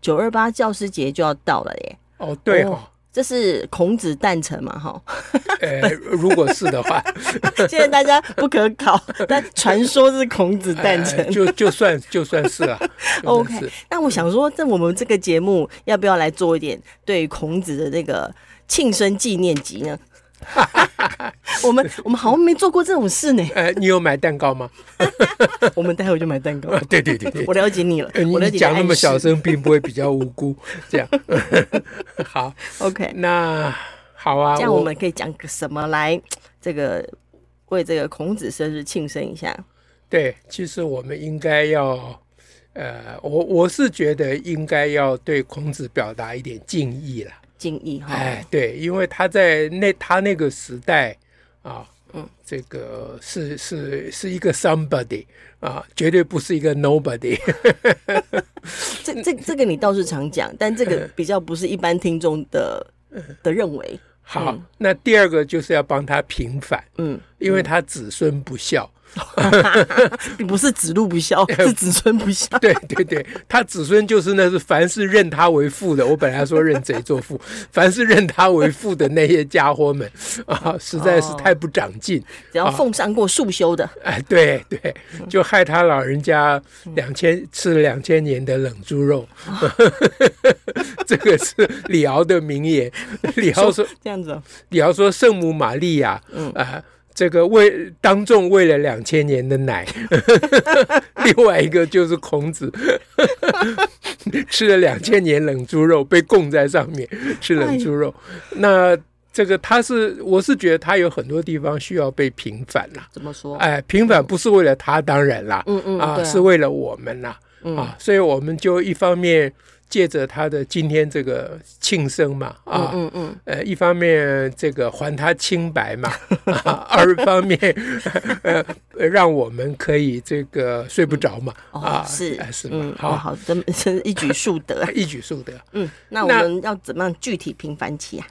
九二八教师节就要到了耶！哦，对哦，这是孔子诞辰嘛， 哈。呃，如果是 的话，现在大家不可 考，但传说是孔子诞辰呃。就就算就算是啊 OK，就算是嗯那我想说，在我们这个节目要不要来做一点对孔子的这个庆生纪念集 呢？我们我们好像没做过这种事呢。 呃，你有买蛋糕 吗？我们待会就买蛋 糕啊。，对对对对我。了解你了呃，我了解你你讲那么小声。声，并不会比较无辜。这样， 好， OK，那好啊，这样我们可以讲个什么来这个为这个孔子生日庆生一下？对，其实我们应该要，呃，我我是觉得应该要对孔子表达一点敬意了。敬意哈。哎，对，因为他在那他那个时代啊，嗯，这个呃是是是一个 somebody 啊，绝对不是一个 nobody。这这这个你倒是常讲，但这个比较不是一般听众的嗯的认为。好，那第二个就是要帮他平反， 嗯， 因为他子孙不孝。不是子路不 孝，是子孙不孝。对对对，他子孙就是那是凡是认他为父的，我本来说认贼作父，凡是认他为父的那些家伙们啊，实在是太不长进。只要奉上过束修 的，哎，对对，就害他老人家两千吃了两千年的冷猪肉， 这个是李敖的名言。李敖说，这样子哦、李敖说圣母玛利亚，嗯啊、这个为当众喂了两千年的奶， 另外一个就是孔子 吃了两千年冷猪肉，被供在上面吃冷猪肉。哎那这个他是，我是觉得他有很多地方需要被平反啦。怎么说？哎，平反不是为了他，当然啦，嗯嗯，啊，对是为了我们啦，嗯啊，所以我们就一方面借着他的今天这个庆生嘛，啊，嗯嗯嗯，呃，一方面这个还他清白嘛， 啊、二方面 呃呃让我们可以这个睡不着嘛，哦啊是呃是嘛嗯，，哇好，好，真 真一举数 得。一举数得，嗯，那我那们要怎么样具体平凡起啊？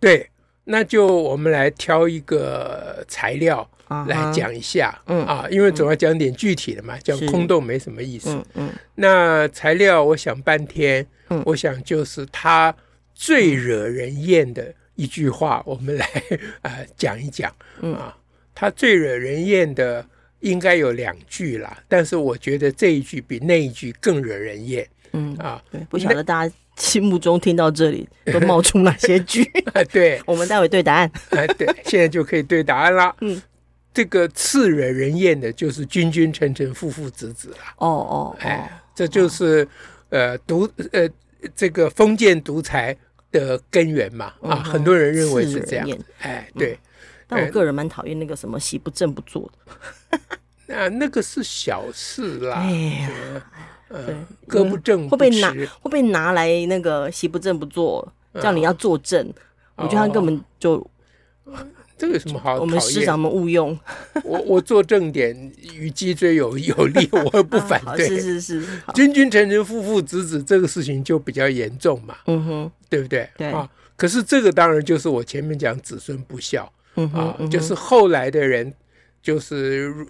对，那就我们来挑一个材料啊哈来，讲一下，嗯啊，因为总要讲点具体的嘛，讲是空洞没什么意思。嗯嗯那材料我想半天，嗯我想就是他最惹人厌的一句话，我们来 啊、讲一讲。嗯啊，他最惹人厌的应该有两句啦，但是我觉得这一句比那一句更惹人厌嗯，啊。 对，不晓得大家心目中听到这里都冒出哪些 句？对， 我们待会对答案。哎、 对，现在就可以对答案啦。嗯，这个次惹人厌的就是君君臣臣父父子子啦。哦哦哦哎，，这就是呃独呃这个封建独裁的根源嘛啊，嗯哼很多人认为是次这人嗯样厌。哎，对，但我个人蛮讨厌那个什么席不正不坐的。那那个是小事啦哎，呀，对嗯，歌不正会不被拿直，会被拿来那个席不正不坐，啊叫你要坐正。我觉得他根本就这个有什么哦好我讨们师厌？长们误用，我我做正点与脊椎有有 利，我不 反好是对。是是，好，君君臣臣父父子子这个事情就比较严重嘛，嗯哼，对不对？对啊，可是这个当然就是我前面讲子孙不孝，嗯啊哼，嗯，就是后来的人，就是儒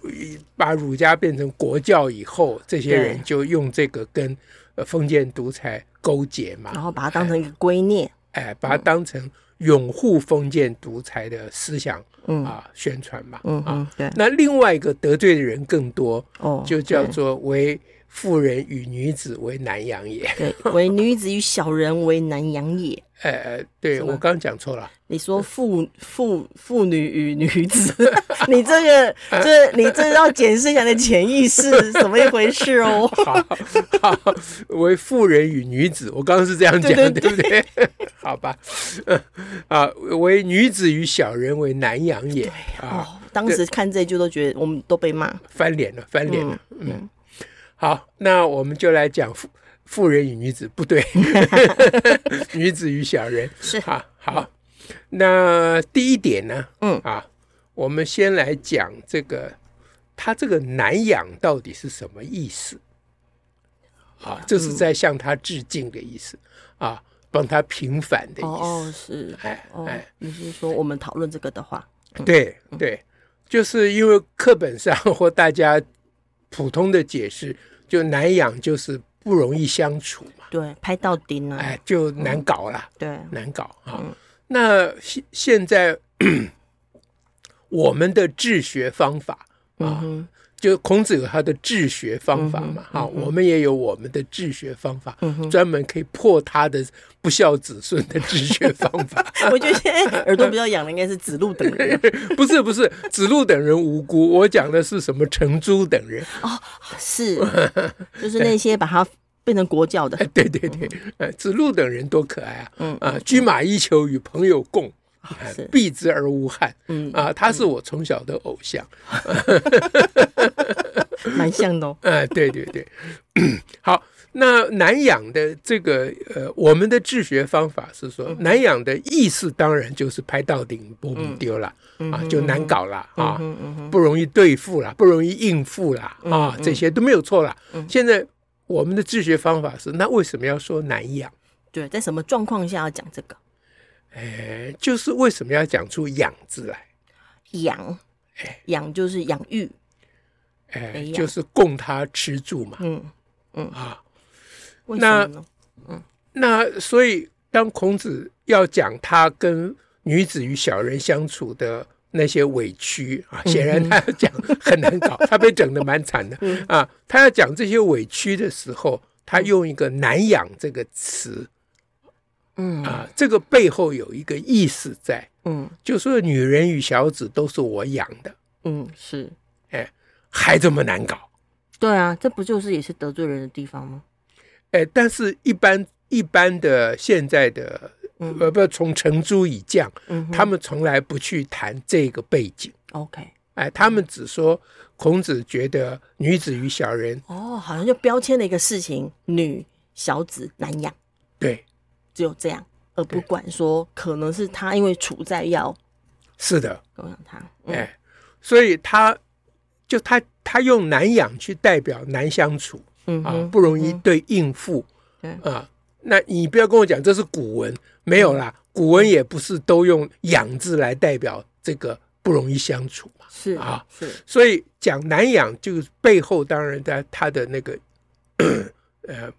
把儒家变成国教以后，这些人对就用这个跟呃封建独裁勾结然嘛，后把它当成一个圭臬，哎，把它当成拥护封建独裁的思想嗯啊宣传嘛，嗯啊，嗯，对，那另外一个得罪的人更多，哦，就叫做为妇人与女子为难养也。 对，对为女子与小人 为难养也。呃，对是吗我刚讲错了，你说妇妇妇女与女子， 你这个这你这要解释一下你的潜意识是 怎么一回事哦？好，好，为妇人与女子，我刚刚是这样讲，对对对不对？好吧，呃啊，为女子与小人为难养也啊，哦，当时看这一句都觉得我们都被骂。翻脸了，翻脸了。嗯嗯，好，那我们就来讲妇妇人与女子不对， 女子与小人是好好。那第一点呢？嗯啊，我们先来讲这个，他这个难养到底是什么意思？啊，这是在向他致敬的意思啊，帮他平反的意思。哦哦是，哎哦哎，你是说我们讨论这个的话，对嗯对，就是因为课本上或大家普通的解释，就难养就是不容易相处嘛，对，拍到钉了，哎，就嗯难搞啦，对， 难搞啊。嗯那现现在 我们的治学方法嗯啊，哼，嗯就孔子有他的治学方法嘛，哈、我们也有我们的治学方法，专门可以破他的不孝子孙的治学方法。 我觉得现在耳朵比较痒的应该是指路等人不是不是，子路等人无辜，我讲的是什么程朱等人。是， 就是那些把它变成国教的 哎， 对对对，呃，子路等人多可爱啊！嗯啊，居马一求与朋友共，啊是避之而无憾。嗯啊，他是我从小的偶像。蛮像的哦，啊，对对对， 好。那南养的这个呃，我们的治学方法是嗯说，南养的意思当然就是拍到顶不丢了、啊，就难搞了啊，嗯嗯哼，不容易对付啦，不容易应付啦，啊，这些都没有错啦。嗯现在我们的治学方法是，那为什么要说难养？对，在什么状况下要讲这个哎，就是为什么要讲出“养”字来？养？养就是养育，哎培，养就是供他吃住嘛。嗯嗯啊，为什那么呢？那所以，当孔子要讲他跟女子与小人相处的那些委屈啊，显然他要讲很难搞，他被整的蛮惨的啊。他要讲这些委屈的时候，他用一个“难养”这个词嗯啊，这个背后有一个意思在，嗯就说女人与小子都是我养的，嗯，是哎，还这么难搞。对啊，这不就是也是得罪人的地方吗？哎，但是一般一般的现在的，嗯呃，不，从程朱以降，嗯哼他们从来不去谈这个背景， ，OK，哎，他们只说孔子觉得女子与小人，哦，好像就标签了一个事情，女小子难养，对，只有这样，而不管说可能是他因为处在要是的，供养他，嗯哎，所以他就他他用难养去代表难相处嗯啊哼，，不容易对应付对啊。那你不要跟我讲这是古文，没有嗯啦，古文也不是都用“养”字来代表这个不容易相处嘛。是啊是，所以讲难养，就是背后当然在他的那个呃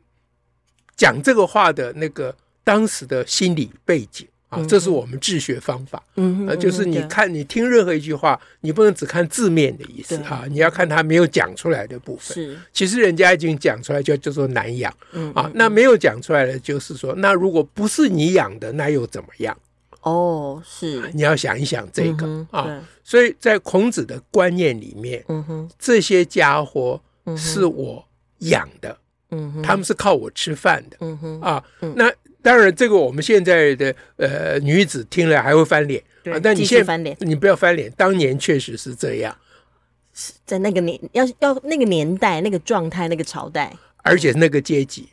讲这个话的那个当时的心理背景啊，这是我们治学方法。嗯哼呃，就是嗯你对看你听任何一句话，你不能只看字面的意思对啊，你要看他没有讲出来的部分。是，其实人家已经讲出来，就叫做难养嗯啊。那没有讲出来的，就是说，那如果不是你养的，那又怎么样？哦，是你要想一想这个嗯哼啊。对所以在孔子的观念里面，嗯哼，这些家伙嗯哼是我养的，嗯哼，他们是靠我吃饭的嗯哼，啊嗯。那当然，这个我们现在的呃女子听了还会翻脸对啊，但你继续现翻脸你不要翻脸，当年确实是这样，嗯在那个年要要那个年代、那个状态、那个朝代，而且那个阶级，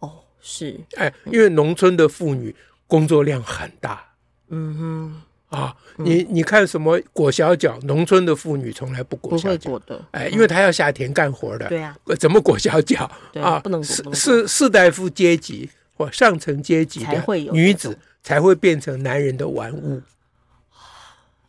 哦，是，哎，因为农村的妇女工作量很大嗯啊，你你看什么裹小脚，农村的妇女从来不哼，裹不小会嗯脚，过的，哎，因为她要下田干活的，对啊，呃怎么裹小脚对啊？不能裹士不能裹士士大夫阶级或上层阶级才的会有女这子种才会变成男人的玩物，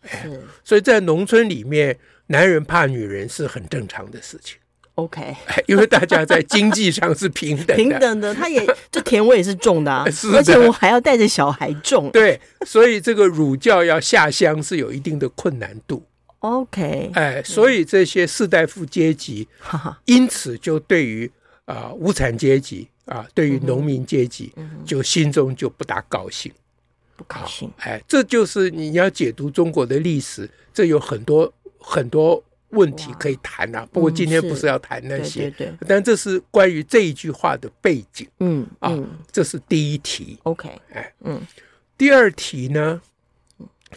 哎是所以在农村里面，男人怕女人是很正常的事情， OK，哎因为大家在经济上是平等的。平等的，他也这田我也是种的啊哎是，的而且我还要带着小孩种 对，所以这个儒教要下乡是有一定的困难度， ，OK， 哎，所以这些士大夫阶级哈哈，因此就对于啊、无产阶级啊、对嗯于农民阶级，就心中就不大高兴。不高兴，哎，这就是你要解读中国的历史，这有很多很多问题可以谈啊。不过今天是不是要谈对那嗯对些，对，但这是关于这一句话的背景嗯啊，嗯这是第一题。哎，OK，第二题呢，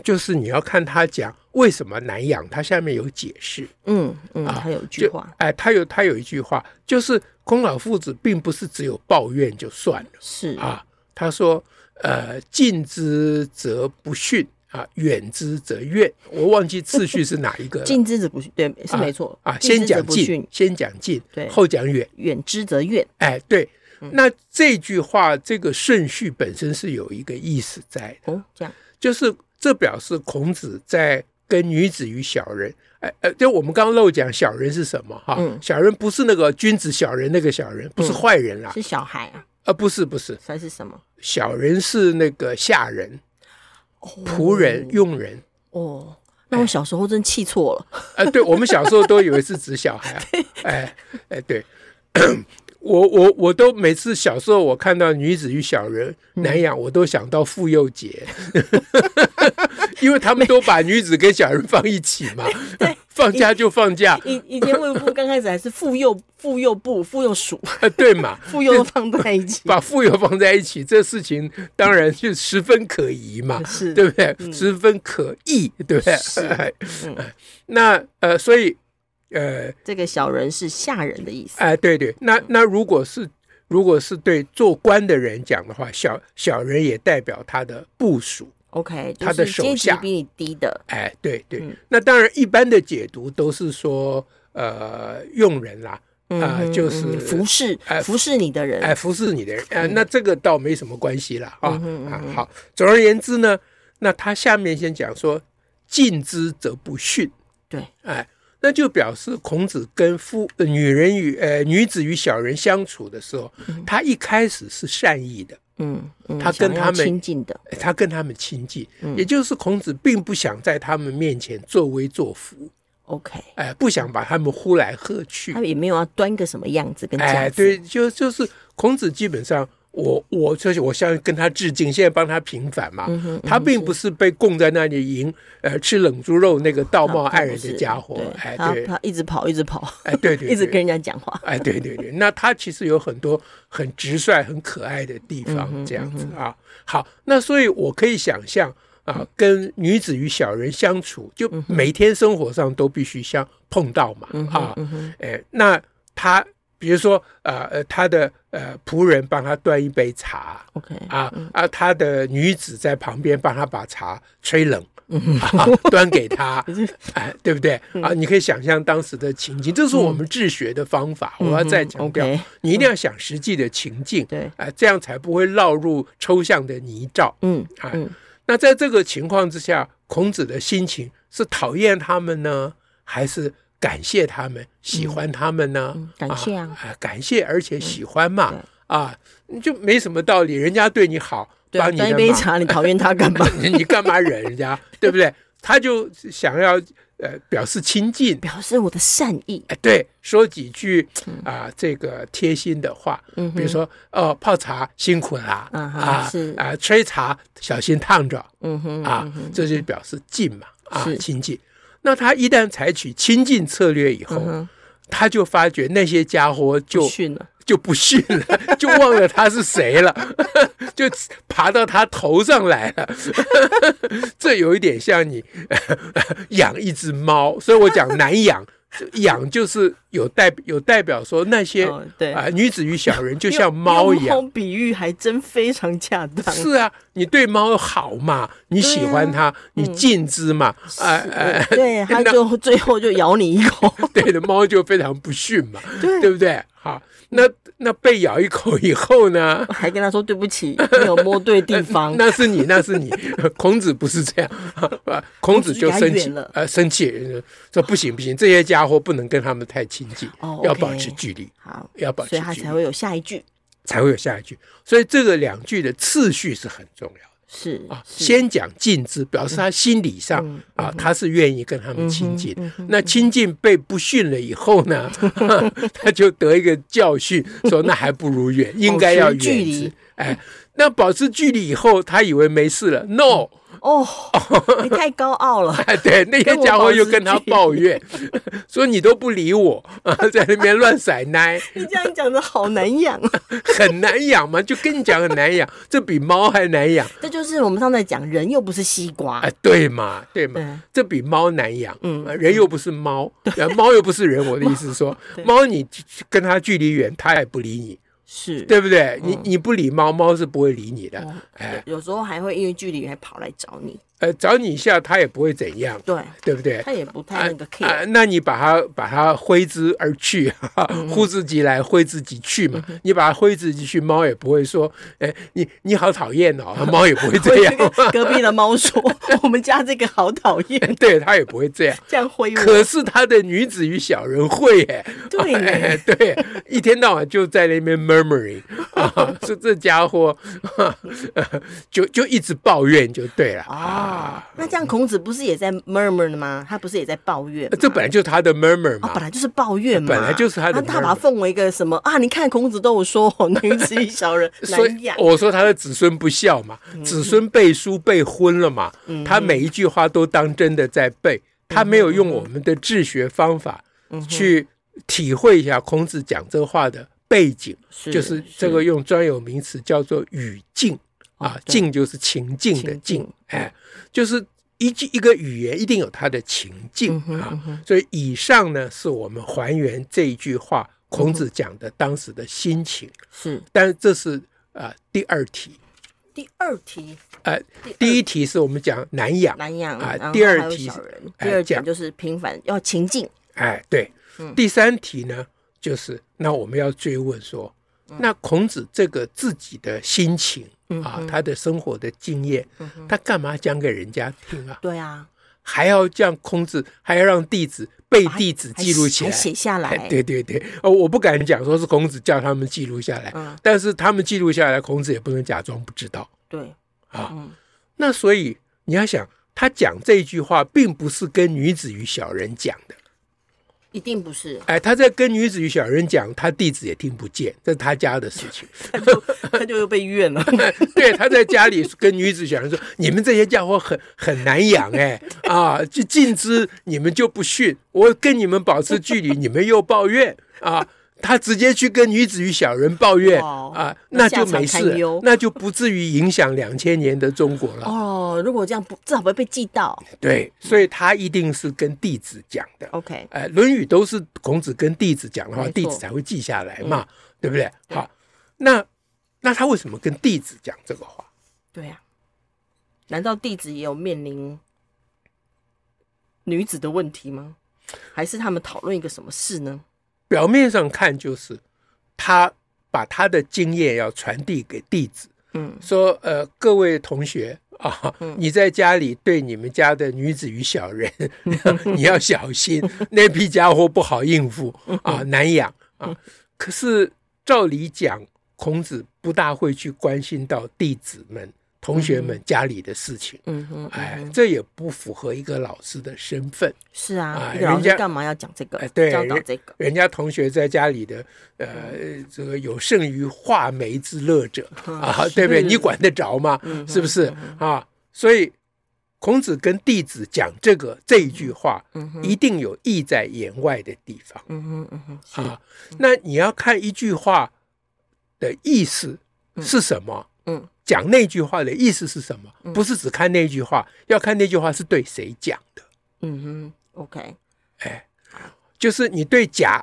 就是你要看他讲为什么难养，他下面有解释。嗯嗯，啊他有一句就话，哎，他有他有一句话，就是孔老夫子并不是只有抱怨就算了是啊，他说：“呃，近之则不逊啊，远之则怨。”我忘记次序是哪一个了近之则不逊，对，是啊没错啊，近之先则讲不近逊，，先讲近对，嗯后讲远。远之则怨。哎，对，那这句话这个顺序本身是有一个意思在的，哦，这样就是这表示孔子在跟女子与小人，哎呃，就我们刚刚漏讲小人是什么哈？嗯小人不是那个君子小人那个小人，不是坏人啦，是小孩啊，啊不是不是，还是什么？小人是那个下人、仆人、佣人。哦，那我小时候真气错了。哎，对，我们小时候都以为是指小孩啊。哎哎，对， 我我我都每次小时候我看到女子与小人南洋，我都想到妇幼节， 因为他们都把女子跟小人放一起嘛，放假就放假，以以前卫部刚开始还是妇幼妇幼部、妇幼署、呃对嘛。 妇幼都放在一 起，把妇幼放在一起，这事情当然就十分可疑 嘛，是嗯对不对？十分可疑，对不对？是 嗯那呃，所以呃，这个小人是下人的意思。哎、对对，那那如果是如果是对做官的人讲的话，小小人也代表他的部属。 OK，就他的是手阶级下比你低的，哎，对对，嗯那当然一般的解读都是说，呃，佣人啦，啊、哼就是嗯哼服侍哎服侍你的人哎，服侍你的人，呃，那这个倒没什么关系了啊嗯哼嗯啊。好，总而言之呢，那他下面先讲说，近之则不逊，对，哎，那就表示孔子跟夫、呃女人与呃女子与小人相处的时候，他一开始是善意的，嗯嗯，他跟想要他们亲近的，他跟他们亲近，嗯也就是孔子并不想在他们面前作威作福， OK，哎，不想把他们呼来喝去他，也没有要端个什么样子跟架哎，子，对，就就是孔子基本上。我我就是我向跟他致敬，现在帮他平反嘛。哼嗯他并不是被供在那里赢，呃，吃冷猪肉那个道貌他岸不然的是家伙对。哎，他对，他一直跑，一直跑，哎，对 对，一直对跟人家讲话，哎，对对对，那他其实有很多很直率、很可爱的地方，这样子啊。好，那所以我可以想象啊，跟女子与小人相处，就每天生活上都必须相碰到嘛啊。哎，那他比如说呃呃，他的呃仆人帮他端一杯茶。 OK，啊啊！他的女子在旁边帮他把茶吹冷，嗯 啊、端 给他，哎，对不对？啊，你可以想象当时的情境，这是我们治学的方法。我要再强调，嗯嗯哼，OK 嗯你一定要想实际的情境，对，哎，这样才不会落入抽象的泥沼。嗯哎嗯，那在这个情况之下，孔子的心情是讨厌他们呢，还是感谢他们、喜欢他们呢？嗯感谢啊啊，感谢而且喜欢嘛对，啊，你就没什么道理，人家对你好，对啊，帮你端一的杯忙，茶，你讨厌他干嘛？ 你你干嘛惹人家，对不对？他就想要呃表示亲近，表示我的善意，哎，对，说几句啊、这个贴心的话，嗯哼比如说哦，泡茶辛苦啦，嗯哼啊是啊，吹茶小心烫着嗯哼啊，这就表示近嘛，啊，是亲近。那他一旦采取亲近策略以后，嗯哼他就发觉那些家伙就不逊了，就不逊了， 就忘了他是谁了， 就爬到他头上来了。 这有一点像你 养一只猫，所以我讲难养。养就是有代有代表说那些啊、哦对女子与小人就用像猫一用样，猫比喻还真非常啊恰当，是啊，你对猫好嘛，你喜欢它，你敬之嘛，啊、 呃嗯对，他就最后就咬你一口， 对的，猫就非常不逊嘛，对不对？好，那那被咬一口以后呢？还跟他说对不 起，没有摸对地方，那是你，那是你。 孔子不是这样， 啊孔子就生孔子离他气远了呃，生气呃说不行不行，这些家伙不能跟他们太亲近，哦要 OK 保持距离，好，要保持所以他距离才会有下一句，才会有下一句。所以这个两句的次序是很重要的是啊。是先讲近之，表示他心理上、嗯啊，他是愿意跟他们亲近。嗯那亲近被不逊了以后 呢，他就得一个教训，说那还不如远，应该要保持距远之离。哎，那保持距离以后，他以为没事了，no， 哦，你太高傲了。哎， 对，那些跟我家伙保又持跟他距离抱怨， 说你都不理我， 啊在那边乱甩奶，你这样讲的好难养哦，很难养嘛，就跟你讲很难养，这比猫还难养这就是我们上次讲，人又不是西瓜啊，，对嘛，对嘛，对，这比猫难养，嗯啊人又不是猫，然后猫又不是人，我的意思是说对，猫你跟它距离远，它也不理你，是，对不对？你嗯你不理猫，猫是不会理你的哦，哎，有时候还会因为距离还跑来找你，呃，找你一下，它也不会怎样，对对不对？他也不太那个 care，、啊，那你把它把它挥之而去，哈哈嗯呼之即来，挥之即去嘛。你把它挥之即去，猫也不会说，哎，你你好讨厌 哦，猫也不会我这也样会，跟隔壁的猫说，我们家这个好讨厌， 对，它也不会 这样。这样挥我。可是他的女子与小人会耶，对呢 哎对，一天到晚就在那边 murmuring 啊，说这家伙、 啊呃就就一直抱怨就对了 啊，那这样孔子不是也在 murmur 呢吗？他不是也在抱怨吗？这本来就是他的 murmur 啊、嘛，本来就是抱怨嘛，本来就是他的那他把它 murmur 奉为一个什么啊？你看孔子都有说， 女子与小人所以哦难养。嗯我说他的子孙不孝嘛，子孙背书背昏了嘛，他每一句话都当真的在背，嗯他没有用我们的治学方法去体会一下孔子讲这话的背景。是就是这个用专有名词叫做语境啊哦，对境就是情境的情境境，哎，就是一句一个语言一定有它的情境嗯哼嗯啊。哼所以以上呢，是我们还原这一句话孔子讲的当时的心情，是但是这是呃第二题，第二题，呃第二第一题是我们讲难养，难养啊然后第二还有题小是人，哎第二讲点就是平凡要情境，哎，对嗯。第三题呢，就是那我们要追问说，那孔子这个自己的心情嗯啊哼，他的生活的经验，他干嘛讲给人家听啊？对啊，还要让孔子，还要让弟子被把弟子还记录起还来。写 下来，对对对，哦，我不敢讲说是孔子叫他们记录下来，嗯但是他们记录下来，孔子也不能假装不知道。对啊嗯，那所以你要想，他讲这句话，并不是跟女子与小人讲的。一定不是， 哎，他在跟女子与小人讲，他弟子也听不见，这是他家的事 情。他就他就又被怨了。对，他在家里跟女子小人说：“你们这些家伙很很难养哎、啊，就尽之你们就不训，我跟你们保持距离，你们又抱怨啊。”他直接去跟女子与小人抱怨哇哦啊，那那下就场没堪事忧，那就不至于影响两千年的中国了。哦，如果这样不，至少不会被记 到。对，所以他一定是跟弟子讲的。 OK，呃，《论语》都是孔子跟弟子讲的话，没错嗯弟子才会记下来嘛，对不对？好，那那他为什么跟弟子讲这个话？对呀、难道弟子也有面临女子的问题吗？还是他们讨论一个什么事呢？表面上看就是他把他的经验要传递给弟子，嗯，说呃，各位同学啊，你在家里对你们家的女子与小人， 你要小心，那批家伙不好应付啊，难养啊。可是照理讲，孔子不大会去关心到弟子们、同学们家里的事情，嗯哼，哎，这也不符合一个老师的身份。是啊，哎一个老人师家干嘛要讲这个哎？对教导这个，人家同学在家里的，呃，这个有剩于画眉之乐者啊，对不对？嗯是你管得着吗？嗯是不是啊？所以孔子跟弟子讲这个这一句话，嗯哼，一定有意在言外的地方嗯哼，嗯哼，是，啊。那你要看一句话的意思是什么？嗯，讲那句话的意思是什么？不是只看那句话，要看那句话是对谁讲的。嗯哼，OK，哎，就是你对甲，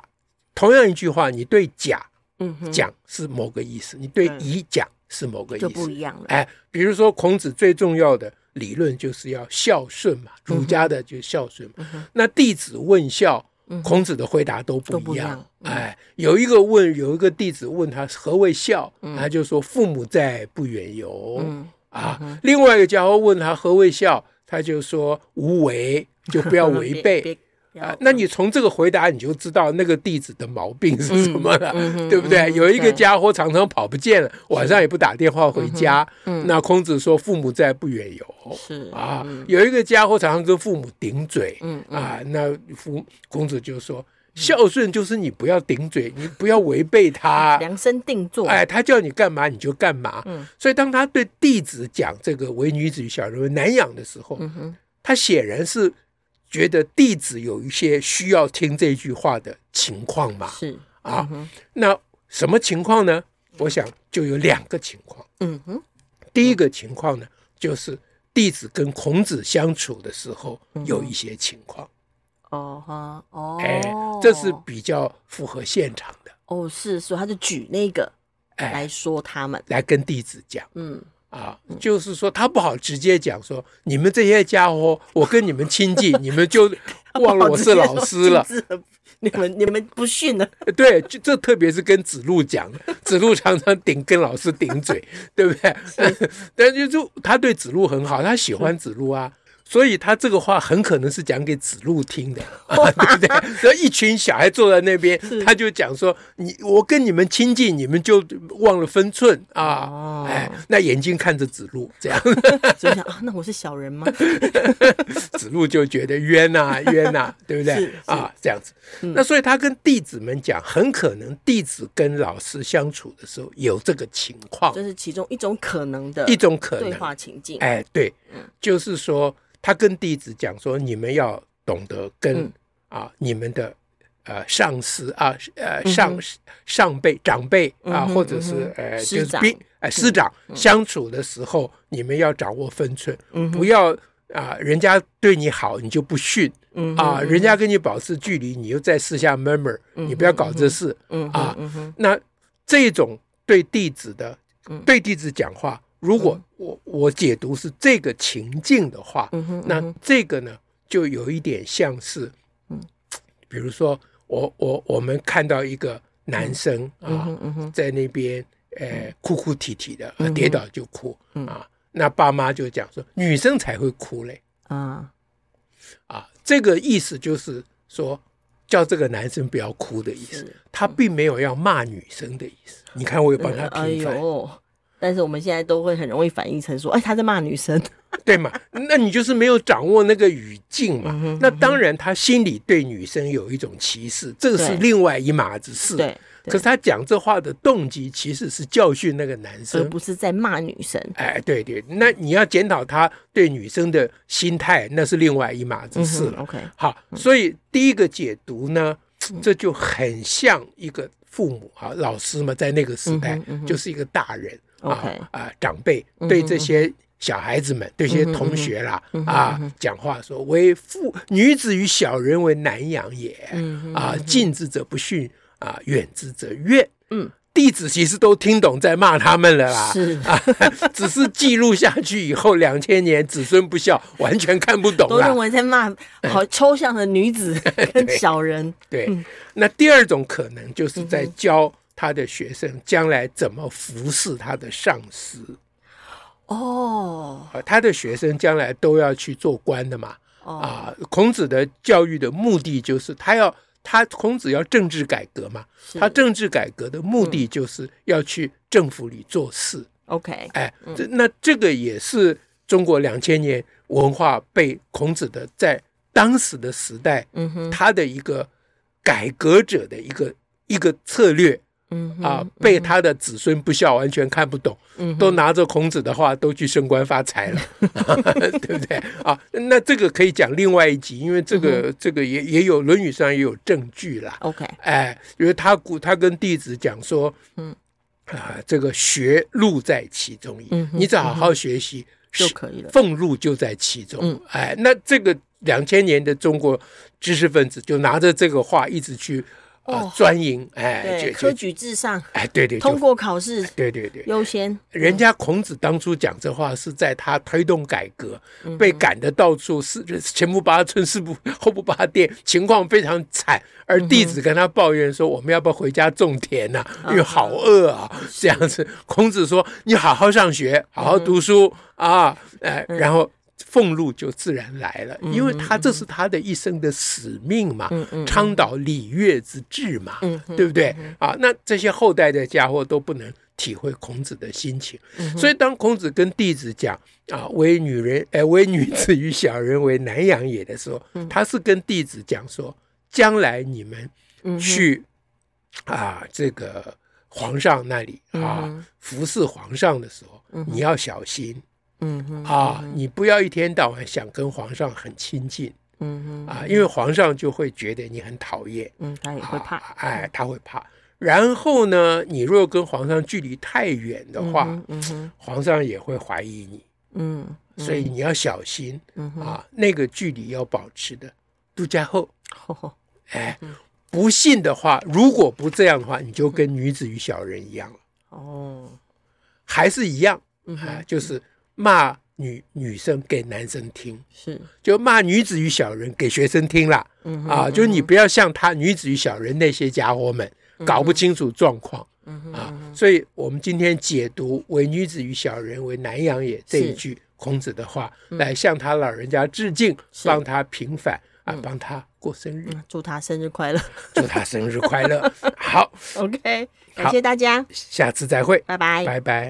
同样一句话，你对甲嗯哼，讲是某个意思，你对对乙讲是某个意就不思。一样了。哎，比如说孔子最重要的理论就是要孝顺嘛，儒家的就是孝顺嗯嘛。那弟子问孝，孔子的回答都都不不一一样样。嗯哎，有一个问，有一个弟子问他何谓孝，他就说父母在，不远游嗯啊。另外一个家伙问他何谓孝，他就说无为，就不要违 背。嗯别，别不啊要，那你从这个回答你就知道那个弟子的毛病是什么了，嗯嗯哼对不对？嗯哼有一个对家伙常常跑不见了，晚上也不打电话回家。嗯哼嗯那孔子说：“父母在，不远游。”是啊嗯，有一个家伙常常跟父母顶嘴，嗯啊，那父孔子就说：“孝顺就是你不要顶嘴，你不要违背他。量身定做，哎，他叫你干嘛你就干嘛。嗯所以当他对弟子讲这个“为女子与小人为难养”的时候，嗯哼，他显然是觉得弟子有一些需要听这句话的情况嘛。是啊，嗯哼那什么情况呢？我想就有两个情况。嗯哼，第一个情况呢，就是弟子跟孔子相处的时候有一些情况，哦哈，嗯哦，哎，这是比较符合现场的，哦是，所以他就举那个哎，来说他们，来跟弟子讲。嗯，啊，就是说他不好直接讲说你们这些家伙，我跟你们亲 近，你们就 忘了我是老师了。禁止了， 你们你们不训了，对，就这特别是跟子路讲的，子路常常顶跟老师顶嘴，对不对？ 但就就他对子路很好，他喜欢子路啊，所以他这个话很可能是讲给子路听的，啊、对不对？然后一群小孩坐在那边，他就讲说：“你我跟你们亲近，你们就忘了分寸啊！”哦哎，那眼睛看着子路，这样所以想啊，那我是小人 吗？子路就觉得冤呐、 冤呐、对不是对是？嗯啊，这样子。那所以他跟弟子们讲，很可能弟子跟老师相处的时候有这个情况，这是其中一种可能的一种可对能。话嗯情境，哎，对，就是说他跟弟子讲说，你们要懂得跟、嗯啊你们的呃上司啊呃嗯哼上、上辈长辈啊，嗯哼或者是嗯哼呃师就是长嗯兵呃师长相处的时候，你们要掌握分寸，嗯哼不要啊、人家对你好你就不训。嗯哼啊，人家跟你保持距离，你又在私下 murmur，你不要搞这事。嗯啊哼嗯哼，那这种对弟子的嗯，对弟子讲话，如果我我解读是这个情境的话，嗯哼，那这个呢，就有一点像是，嗯，比如说我我我们看到一个男生嗯啊，哼嗯哼，在那边呃哭哭啼啼的，呃跌倒就哭嗯啊，那爸妈就讲说女生才会哭嘞。啊，啊，这个意思就是说，叫这个男生不要哭的意思是，他并没有要骂女生的意思。你看，我有帮他哎平反，呦。但是我们现在都会很容易反应成说，哎，他在骂女生，对嘛？那你就是没有掌握那个语境嗯嘛。那当然，他心里对女生有一种歧视，这个是对另外一码子事。对，对可是他讲这话的动机其实是教训那个男而生。不是在骂女生。哎，对对，那你要检讨他对女生的心态，那是另外一码子嗯事了哼。，OK，好，所以第一个解读呢，嗯这就很像一个父母啊，老师嘛，在那个时代嗯哼嗯哼就是一个大人 OK 嗯啊啊，长辈对这些小孩子们、对这些同学啦嗯哼嗯哼嗯啊，讲话说为父女子与小人为难养也嗯哼啊，近之则不逊啊，远之则怨。嗯，弟子其实都听懂在骂他们了啦。是啊， 只是记录下去以后，两千年子孙不孝，完全看不懂都啦。认为在骂好抽象的女 子跟小人。对，那第二种可能就是在教他的学生将来怎么服侍他的上司哦啊，他的学生将来都要去做官的嘛哦，啊。孔子的教育的目的就是他要他孔子要政治改革嘛，是他政治改革的目的就是要去政府里做事， OK，哎，这那这个也是中国两千年文化被孔子的在当时的时代嗯哼，他的一个改革者的一个一个策略嗯哼，啊，被他的子孙不孝完全看不懂，嗯都拿着孔子的话都去升官发财 了，对不对啊？那这个可以讲另外一集，因为这嗯个这个也也有《论语》上也有证据啦。 OK，哎，因为他古他跟弟子讲说，嗯啊，这个学路在其中矣嗯，哼你只要好好学习就可以了俸禄就在其中。嗯哎，那这个两千年的中国知识分子就拿着这个话一直去啊、呃哦钻营，哎，对，就科就举至上，哎，对对，通就过考试对对对。优先。人家孔子当初讲这话是在他推动改革，被赶得到处是前不搭村是不后不搭店，情况非常惨。而弟子跟他抱怨说：“我们要不要回家种田呐、因为好饿啊。”这样子，孔子说：“你好好上学，好好读书、啊，哎、然后。”俸禄就自然来了，因为他这是他的一生的使命嘛，嗯倡导礼乐之治嘛，对不嗯对啊？那这些后代的家伙都不能体会孔子的心情，嗯所以当孔子跟弟子讲啊“为 女人，哎、为女子与小人为难养也”的时候，他是跟弟子讲说，将来你们嗯哼去啊这个皇上那里啊嗯服侍皇上的时候，嗯哼你要小心嗯哼啊，你不要一天到晚想跟皇上很亲近嗯哼啊，因为皇上就会觉得你很讨厌，嗯，他也会怕啊，哎，他会怕。然后呢，你如果跟皇上距离太远的话，嗯哼皇上也会怀疑你，嗯所以你要小心、嗯哼啊，那个距离要保持的。杜家后，吼吼哎，不信的话，如果不这样的话，你就跟女子与小人一样了， 哦，还是一样嗯啊哼，就是骂女女生给男生听，是就骂女子与小人给学生听啦。嗯哼啊，就是你不要像他女子与小人那些家伙们搞不清楚状况嗯哼啊。所以我们今天解读“为女子与小人，为难养也”这一是嗯句孔子的话，来向他老人家致敬，是帮他平反啊，帮他过生日，嗯祝他生日快乐 祝他生日快乐。好， ，OK，好感谢大家，下次再会，拜拜。拜拜。